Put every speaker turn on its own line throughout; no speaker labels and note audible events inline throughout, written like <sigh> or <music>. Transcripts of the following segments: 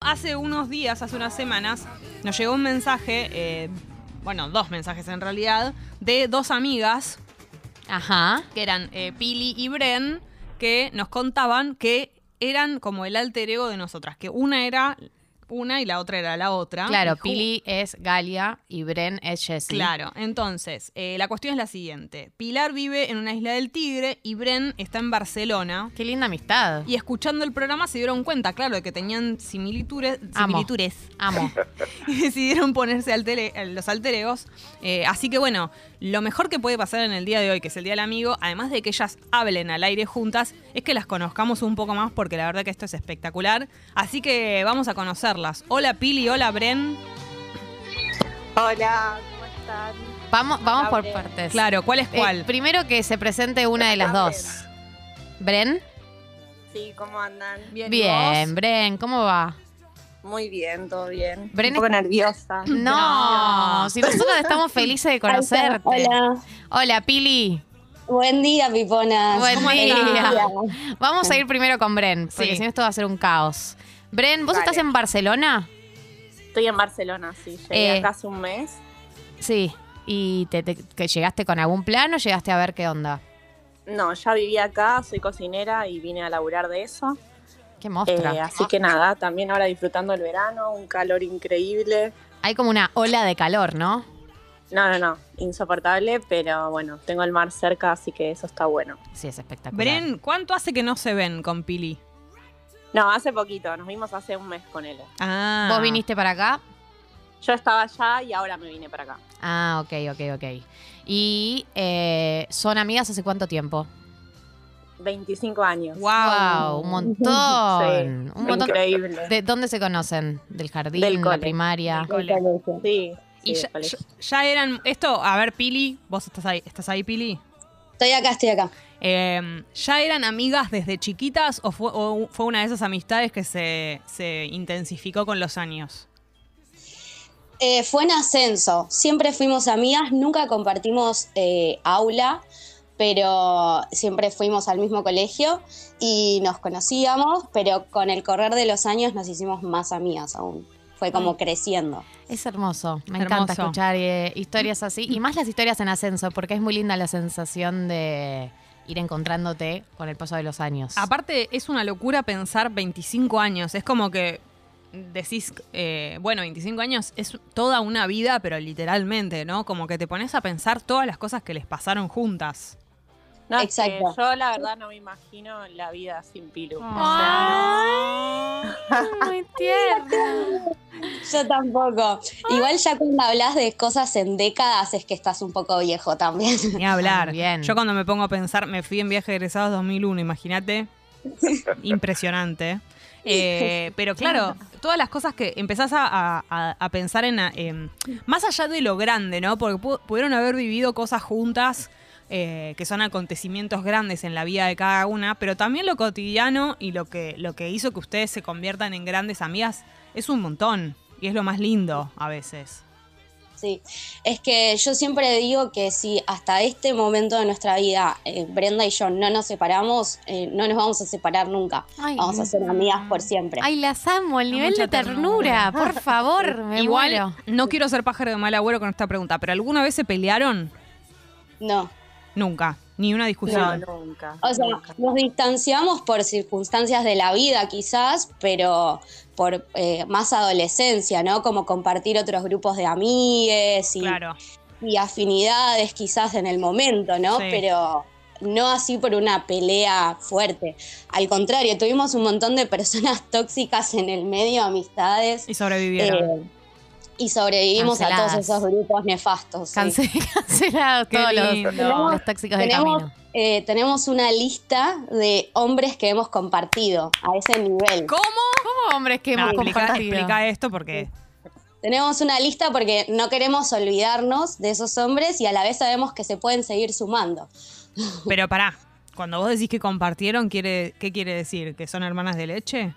hace unos días, hace unas semanas, nos llegó un mensaje, eh, bueno, dos mensajes en realidad, de dos amigas,
Ajá.
que eran eh, Pili y Bren, que nos contaban que eran como el alter ego de nosotras, que una era una y la otra era la otra.
Claro,
Y ju-
Pili es Galia y Bren es Jessie.
Claro, entonces, eh, la cuestión es la siguiente. Pilar vive en una isla del Tigre y Bren está en Barcelona.
Qué linda amistad.
Y escuchando el programa se dieron cuenta, claro, de que tenían similitudes,
Amo.
similitudes
Amo.
y <laughs> decidieron ponerse altele- los alter egos. Eh, así que bueno, lo mejor que puede pasar en el día de hoy, que es el Día del Amigo, además de que ellas hablen al aire juntas, es que las conozcamos un poco más porque la verdad que esto es espectacular. Así que vamos a conocerlas. Hola Pili, hola Bren.
Hola, ¿cómo están?
Vamos, vamos por
Bren.
partes.
Claro, ¿cuál es
Eh,
cuál?
primero que se presente una de las dos. Bren.
Sí, ¿cómo andan?
Bien,
Bien, Bren, ¿cómo
<clears throat>
va?
Muy bien, todo bien.
Bren
Un poco nerviosa.
No, si nosotros estamos felices de conocerte.
Hola.
Hola, Pili.
Buen día, Piponas.
Buen
¿Cómo
día.
están?
Vamos a ir primero con Bren, porque
Sí.
si no esto va a ser un caos. Bren, ¿vos
Vale.
estás en Barcelona?
Estoy en Barcelona, sí. Llegué
Eh.
acá hace un mes.
Sí. ¿Y te, te- que llegaste con algún plan o llegaste a ver qué onda?
No, ya vivía acá, soy cocinera y vine a laburar de eso.
Qué
Eh,
mostra.
así que nada, también ahora disfrutando el verano, un calor increíble.
Hay como una ola de calor, ¿no?
No, no, no, insoportable, pero bueno, tengo el mar cerca, así que eso está bueno.
Sí, es espectacular.
Bren, ¿cuánto hace que no se ven con Pili?
No, hace poquito, nos vimos hace un mes con él.
Ah.
¿vos viniste para acá?
Yo estaba allá y ahora me vine para acá.
Ah, ok, ok, ok. ¿Y eh, son amigas hace cuánto tiempo?
25 años.
Wow.
Wow, un montón.
Sí,
un montón.
Increíble.
¿De dónde se conocen? ¿Del jardín?
Del
la
cole.
primaria?
Sí.
Y
sí,
ya,
colegio.
ya- ya eran. Esto, a ver, Pili, vos estás ahí, estás ahí, Pili.
Estoy acá, estoy acá.
Eh, ¿Ya eran amigas desde chiquitas o fue, o fue una de esas amistades que se, se intensificó con los años?
Eh, fue en ascenso. Siempre fuimos amigas, nunca compartimos eh, aula, pero siempre fuimos al mismo colegio y nos conocíamos, pero con el correr de los años nos hicimos más amigas aún. Fue
Mm.
como creciendo.
Es hermoso, me
Hermoso.
encanta escuchar eh, historias así y más las historias en ascenso, porque es muy linda la sensación de ir encontrándote con el paso de los años.
Aparte, es una locura pensar 25 años. Es como que decís, eh, bueno, 25 años es toda una vida, pero literalmente, ¿no? Como que te pones a pensar todas las cosas que les pasaron juntas.
No, es que
Exacto.
yo la verdad no me imagino la vida sin Pilu. O sea,
Ay, muy tierna.
Yo tampoco. Igual ya cuando hablas de cosas en décadas es que estás un poco viejo también.
<laughs> Ni hablar.
Bien.
Yo cuando me pongo a pensar, me fui en viaje de egresados 2001, imagínate. Impresionante. Eh, pero claro, todas las cosas que empezás a, a- a- a pensar en, a- en- Más allá de lo grande, ¿no? Porque pu- pudieron haber vivido cosas juntas eh, que son acontecimientos grandes en la vida de cada una, pero también lo cotidiano y lo que, lo que hizo que ustedes se conviertan en grandes amigas es un montón. Y es lo más lindo a veces.
Sí, es que yo siempre digo que si hasta este momento de nuestra vida eh, Brenda y yo no nos separamos, eh, no nos vamos a separar nunca.
Ay,
vamos a ser amigas por siempre.
Ay, las amo, el nivel
Mucha
de ternura, por favor, me
Igual,
muero.
no quiero ser pájaro de mal agüero con esta pregunta, pero ¿alguna vez se pelearon?
No.
Nunca, ni una
no,
discusión.
nunca.
O sea,
nunca.
nos distanciamos por circunstancias de la vida quizás, pero por eh, más adolescencia, ¿no? Como compartir otros grupos de amigues y,
Claro.
y afinidades quizás en el momento, ¿no?
Sí.
Pero no así por una pelea fuerte. Al contrario, tuvimos un montón de personas <laughs> tóxicas en el medio, amistades,
Y sobrevivieron.
eh, y sobrevivimos a
Canceladas.
todos esos grupos nefastos. sí.
Cancel- <laughs> Cancelados
Qué
todos
lindo.
los, los tóxicos del
Tenemos,
camino.
eh, tenemos una lista de hombres que hemos compartido a ese nivel.
¿Cómo?
¿Cómo hombres que
No,
hemos
explica,
compartido?
explica esto porque.
Tenemos una lista porque no queremos olvidarnos de esos hombres y a la vez sabemos que se pueden seguir sumando.
Pero pará, cuando vos decís que compartieron, quiere, ¿qué quiere decir? ¿Que son hermanas de leche?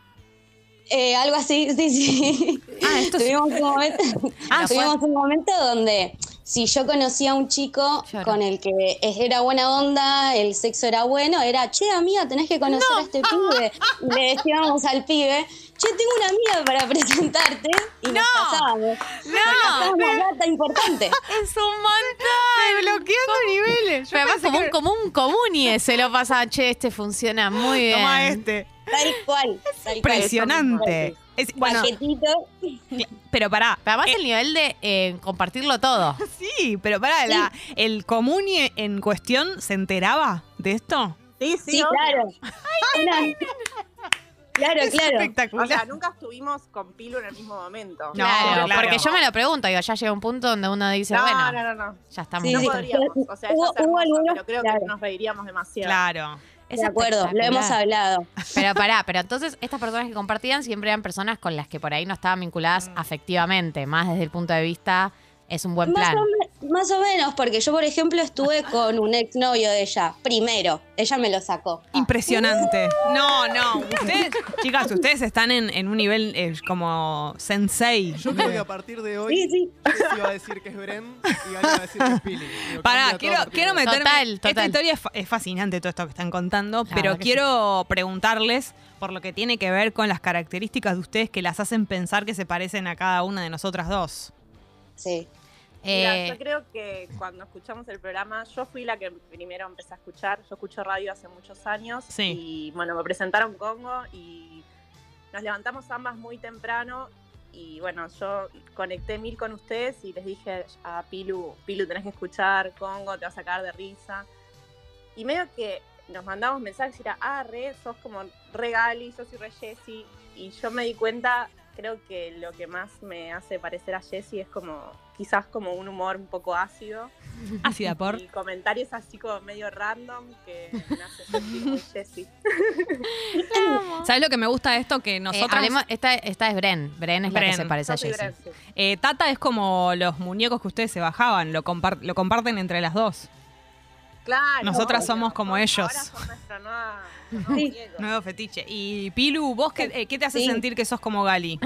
Eh, algo así, <laughs> sí, sí.
Ah, esto es-
tuvimos, un momento, <laughs>
Ah, fue-
tuvimos un momento donde si yo conocía a un chico
Lloro.
con el que era buena onda, el sexo era bueno, era, che, amiga, tenés que conocer a este pibe. Y le decíamos al pibe, Che, tengo una amiga para presentarte. Y nos
No.
casábamos.
¡No!
Pasábamos data importante.
¡Es un montón!
Desbloqueando niveles. Yo
Pero además
pensé
como
que-
un común comuni se lo pasa, che, este funciona muy bien.
Toma este.
Tal cual. Tal cual.
Impresionante. Es- bueno,
Paquetito.
pero pará.
Pero además el nivel de eh, compartirlo todo.
Sí, pero pará. la- ¿El común y- en cuestión se enteraba de esto?
Sí, sí,
Sí,
obvio.
claro. Una- Claro,
Es
claro.
espectacular.
O sea, nunca estuvimos con Pilu en el mismo momento.
No,
claro,
claro.
porque yo me lo pregunto, digo, ya llega un punto donde uno dice,
No,
bueno,
no, no, no.
ya estamos.
Sí,
No
sí.
podríamos. O sea,
Hubo-
eso es hermoso,
hubo algunos-
pero creo
claro.
que nos reiríamos demasiado.
Claro.
Es
De acuerdo, lo hemos
espectacular.
hablado.
Pero pará, pero entonces estas personas que compartían siempre eran personas con las que por ahí no estaban vinculadas afectivamente, más desde el punto de vista, es un buen
Más
plan.
o, me- más o menos, porque yo, por ejemplo, estuve con un exnovio de ella, primero. Ella me lo sacó.
Impresionante. No, no. Ustedes, chicas, ustedes están en, en un nivel eh, como sensei.
Yo creo que a partir de hoy
Sí, sí.
Jessy va a decir que es Bren y Gaby va a decir que
<laughs>
es Pili. Digo, cambia
Pará,
todo a
quiero,
partir
quiero
de hoy.
meterme.
Total,
Esta
total.
historia es, fa- es fascinante, todo esto que están contando,
La
pero
verdad que
quiero preguntarles por lo que tiene que ver con las características de ustedes que las hacen pensar que se parecen a cada una de nosotras dos.
Sí.
Mira,
Eh,
yo creo que cuando escuchamos el programa, yo fui la que primero empecé a escuchar. Yo escucho radio hace muchos años.
Sí.
Y bueno, me presentaron Congo y nos levantamos ambas muy temprano. Y bueno, yo conecté mil con ustedes y les dije a Pilu, Pilu, tenés que escuchar Congo, te vas a sacar de risa. Y medio que nos mandamos mensajes y era, ah, re, sos como re Gali, yo soy re Jessy. Y yo me di cuenta, creo que lo que más me hace parecer a Jessy es como, quizás como un humor un poco ácido.
Ah,
Ácida por.
Y comentarios así como medio random que me hace sentir
<laughs>
muy Jessy.
¿Sabes lo que me gusta de esto? Que
eh,
nosotras.
hablemos- esta, esta es Bren, Bren es la
Bren.
que se parece
Yo
a
soy
Jessie.
Brency.
eh, Tata es como los muñecos que ustedes se bajaban, lo, compar- lo comparten entre las dos.
Claro.
Nosotras
obvio.
somos como
Ahora
ellos.
son nuestro nueva-
<laughs>
nuevo
Sí.
Diego.
Nuevo fetiche. Y Pilu, ¿vos qué, eh, qué te hace
Sí.
sentir que sos como Gali?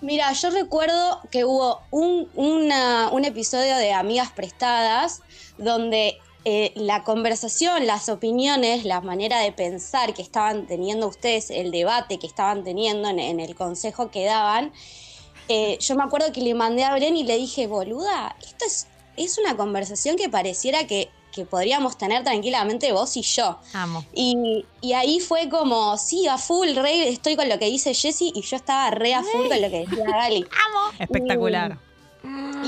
Mira, yo recuerdo que hubo un, una- un episodio de Amigas Prestadas donde eh, la conversación, las opiniones, la manera de pensar que estaban teniendo ustedes, el debate que estaban teniendo en, en el consejo que daban, eh, yo me acuerdo que le mandé a Bren y le dije, boluda, esto es, es una conversación que pareciera que, que podríamos tener tranquilamente vos y yo.
<clears throat> Amo.
Y, y ahí fue como, sí, a full, re, estoy con lo que dice Jessy y yo estaba re a full con lo que decía Gali. Mm,
Espectacular.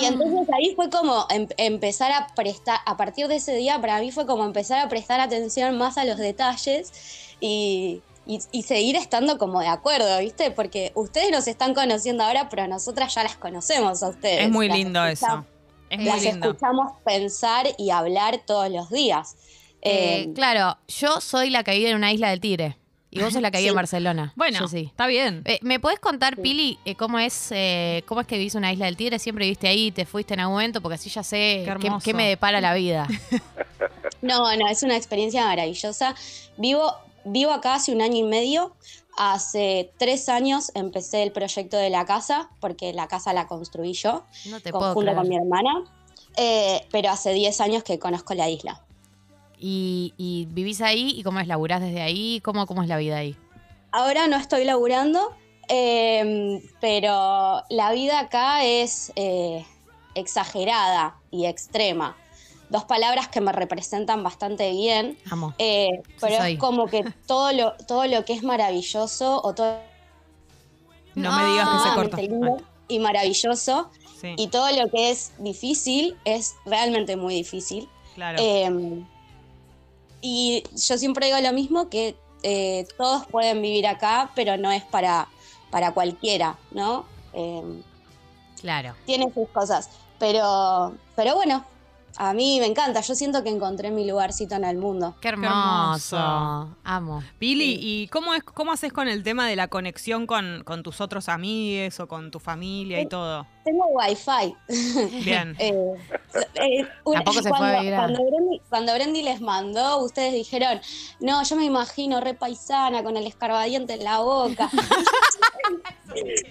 Y entonces ahí fue como em- empezar a prestar, a partir de ese día para mí fue como empezar a prestar atención más a los detalles y, y- y seguir estando como de acuerdo, ¿viste? Porque ustedes nos están conociendo ahora, pero nosotras ya las conocemos a ustedes.
Es muy
Las
lindo eso.
escuchamos-
Es
Eh,
muy
Las
lindo.
escuchamos pensar y hablar todos los días.
Eh,
Em,
claro, yo soy la que vive en una isla del Tigre y vos sos la que vive en
Sí.
Barcelona.
Bueno,
Jessy.
está bien.
Eh, ¿Me podés contar,
Sí.
Pili, eh, cómo es eh, cómo es que vivís en una isla del Tigre? ¿Siempre viviste ahí? ¿Te fuiste en algún momento? Porque así ya sé
Qué
qué,
hermoso.
qué me depara la
<laughs>
vida.
No, no, es una experiencia maravillosa. Vivo, vivo acá hace un año y medio. Hace tres años empecé el proyecto de la casa, porque la casa la construí yo,
No te
con-
puedo
junto
creer.
con mi hermana. Eh, pero hace 10 años que conozco la isla.
Y, y vivís ahí y cómo es, laburás desde ahí, cómo, cómo es la vida ahí.
Ahora no estoy laburando, eh, pero la vida acá es eh, exagerada y extrema. Dos palabras que me representan bastante bien.
Amo.
Eh, pero
soy.
es como que todo lo, todo lo que es maravilloso o todo
<laughs> No, me digas que se
Ah,
cortó.
realmente lindo y maravilloso.
Sí,
Y todo lo que es difícil es realmente muy difícil.
claro.
Eh, y yo siempre digo lo mismo, que eh, todos pueden vivir acá, pero no es para, para cualquiera, ¿no? Eh,
Claro.
tiene sus cosas. Pero, pero bueno, a mí me encanta. Yo siento que encontré mi lugarcito en el mundo.
Qué hermoso.
hermoso.
Amo.
eh,
Pili, ¿y cómo, es, cómo haces con el tema de la conexión con, con tus otros amigues o con tu familia y todo?
Tengo wifi,
Bien.
Eh, eh, una-
Tampoco se
cuando,
fue a vivir a-
cuando Brendi, cuando Brendi les mandó, ustedes dijeron,
<laughs>
no, yo me imagino re paisana con el escarbadiente en la boca. <laughs>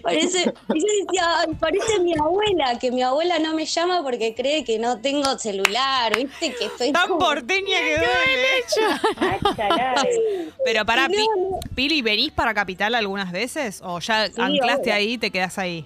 Parece, y yo decía, "Ay, parece mi abuela, que mi abuela no me llama porque cree que no tengo celular, viste que estoy
Tan
como-
porteña que duele. eh.
Ay, caray.
Pero pará,
No,
Pi-
no.
Pili, ¿venís para Capital algunas veces? ¿O ya
Sí,
anclaste
obvio.
ahí y te quedás ahí?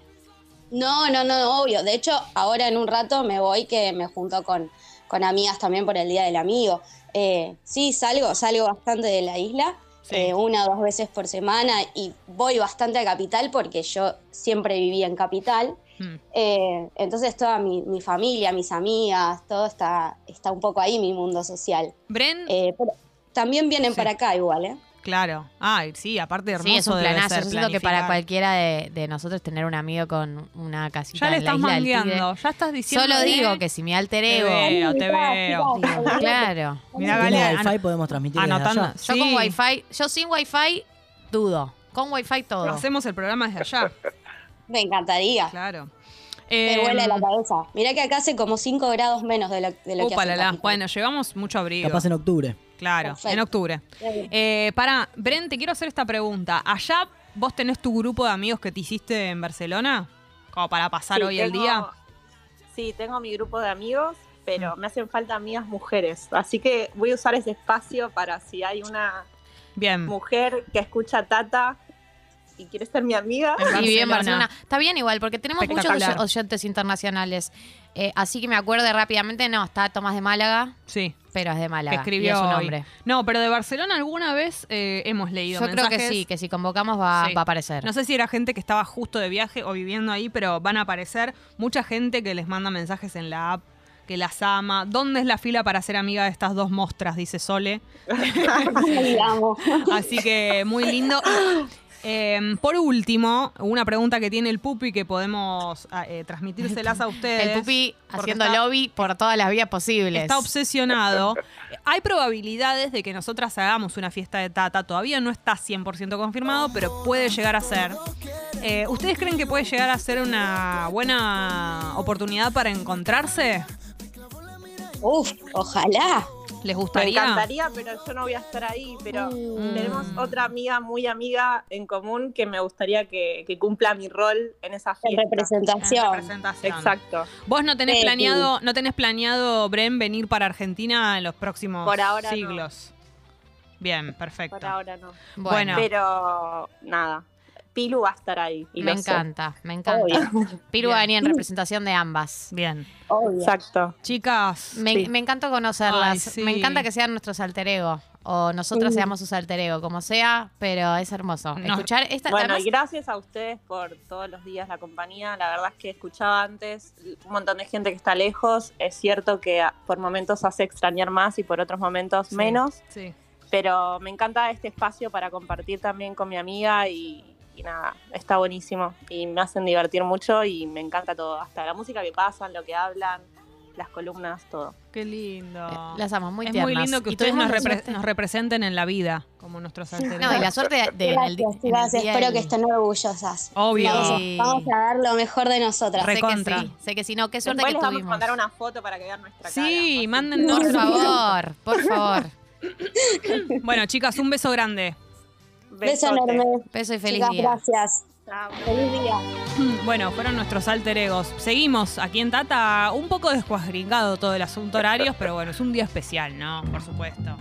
No, no, no, obvio. De hecho, ahora en un rato me voy que me junto con, con amigas también por el Día del Amigo. Eh, sí, salgo, salgo bastante de la isla,
Sí.
eh, una o dos veces por semana y voy bastante a Capital porque yo siempre vivía en Capital.
Mm.
Eh, entonces toda mi, mi familia, mis amigas, todo está, está un poco ahí mi mundo social.
Bren,
Eh, pero también vienen
Sí.
para acá igual, ¿eh?
claro. Ay, sí, aparte hermoso
Sí, es un
debe
planazo.
ser
Yo siento que para
planificar.
cualquiera de, de nosotros tener un amigo con una casita
Ya le
en la
estás
isla del
mangueando, ya estás
Tigre.
diciendo.
Solo
de-
digo que si me alter
¿eh? Te
ego.
veo, te veo.
digo,
<laughs>
Claro.
Mirá,
Tiene
Gale,
wifi,
an-
podemos transmitir desde
anotando.
allá.
Yo
Sí,
con wifi, yo sin wifi dudo. Con wifi todo.
Hacemos el programa desde
<laughs>
allá,
Me encantaría.
claro.
Me vuela la
Em,
cabeza. Mirá que acá hace como 5 grados menos de lo, de lo que hace.
upalala.
en Capital.
Bueno, llevamos mucho abrigo.
Capaz en octubre.
Claro,
Perfecto.
en octubre. Eh, para, Bren, te quiero hacer esta pregunta. ¿Allá vos tenés tu grupo de amigos que te hiciste en Barcelona? Como para pasar
Sí,
hoy el
tengo-
día. Mm.
Sí, tengo mi grupo de amigos, pero me hacen falta amigas mujeres. Así que voy a usar ese espacio para si hay una
Bien.
mujer que escucha Tata y quiere ser mi amiga.
En
Y bien Barcelona. Está bien igual, porque tenemos muchos
Espectacular.
oyentes internacionales. Eh, así que me acuerdo rápidamente, no, está Tomás de Málaga,
Sí,
pero es de
que
Málaga.
escribió
y es un
hoy.
hombre.
No, pero de Barcelona alguna vez eh, hemos leído
Yo creo que
mensajes.
sí, que si convocamos va,
Sí.
va a aparecer.
No sé si era gente que estaba justo de viaje o viviendo ahí, pero van a aparecer mucha gente que les manda mensajes en la app, que las ama. ¿Dónde es la fila para ser amiga de estas dos mostras? Dice Sole.
Ay, amo.
Así que muy lindo. Eh, por último, una pregunta que tiene el Pupi que podemos ah, eh, transmitírselas a ustedes.
El pupi
porque
haciendo
está-
lobby por todas las vías posibles.
Está obsesionado. Hay probabilidades de que nosotras hagamos una fiesta de Tata. Todavía no está 100% confirmado, pero puede llegar a ser. Eh, ¿Ustedes creen que puede llegar a ser una buena oportunidad para encontrarse?
Uf, ojalá.
¿Les
Me
gustaría?
encantaría, pero yo no voy a estar ahí. Pero
Mm.
tenemos otra amiga, muy amiga en común, que me gustaría que, que cumpla mi rol en esa
En
fiesta.
representación.
Presentación.
Exacto.
Vos no tenés
Sí, sí.
planeado, no tenés planeado, Bren, venir para Argentina en los próximos
Por ahora no.
siglos. Bien, perfecto.
Por ahora no.
Bueno. No.
Pero nada. Pilu va a estar ahí. y
me
lo sé.
encanta, me encanta. <laughs> Piru va a venir en representación de ambas.
Bien.
Obvio.
Exacto.
Chicas,
Me,
Sí.
me encanta conocerlas.
Ay, sí.
Me encanta que sean nuestros alter ego. O nosotros
Uh.
seamos sus alter ego, como sea, pero es hermoso.
No.
Escuchar esta.
Bueno,
además-
y gracias a ustedes por todos los días la compañía. La verdad es que escuchaba antes un montón de gente que está lejos. Es cierto que a- por momentos hace extrañar más y por otros momentos
Sí.
menos.
sí.
Pero me encanta este espacio para compartir también con mi amiga y, y nada, está buenísimo. Y me hacen divertir mucho y me encanta todo. Hasta la música que pasan, lo que hablan, las columnas, todo.
Qué lindo.
eh, las amo, muy
es
tiernas.
muy lindo que
Y
ustedes nos,
tuvimos la
repre-
suerte-
nos representen en la vida como nuestros alter
No, y la
egos.
suerte de, de- del di-
Gracias,
en el
chicas.
día
Espero
del-
que estén orgullosas.
Obvio.
Vamos a,
Sí.
vamos a dar lo mejor de nosotras.
Sé que
Recontra.
sí, sé que sí. No, qué suerte
Después
que
les vamos a
tuvimos.
mandar una foto para que vean nuestra cara.
Sí,
Así.
manden-
<laughs>
Por favor, por favor.
Bueno, chicas, un beso grande.
Beso
Besote.
enorme.
Beso y feliz
Chicas,
día.
gracias.
Chao.
Feliz día.
Bueno, fueron nuestros alter egos. Seguimos aquí en Tata, un poco descuadringado todo el asunto horarios, pero bueno, es un día especial, ¿no? Por supuesto.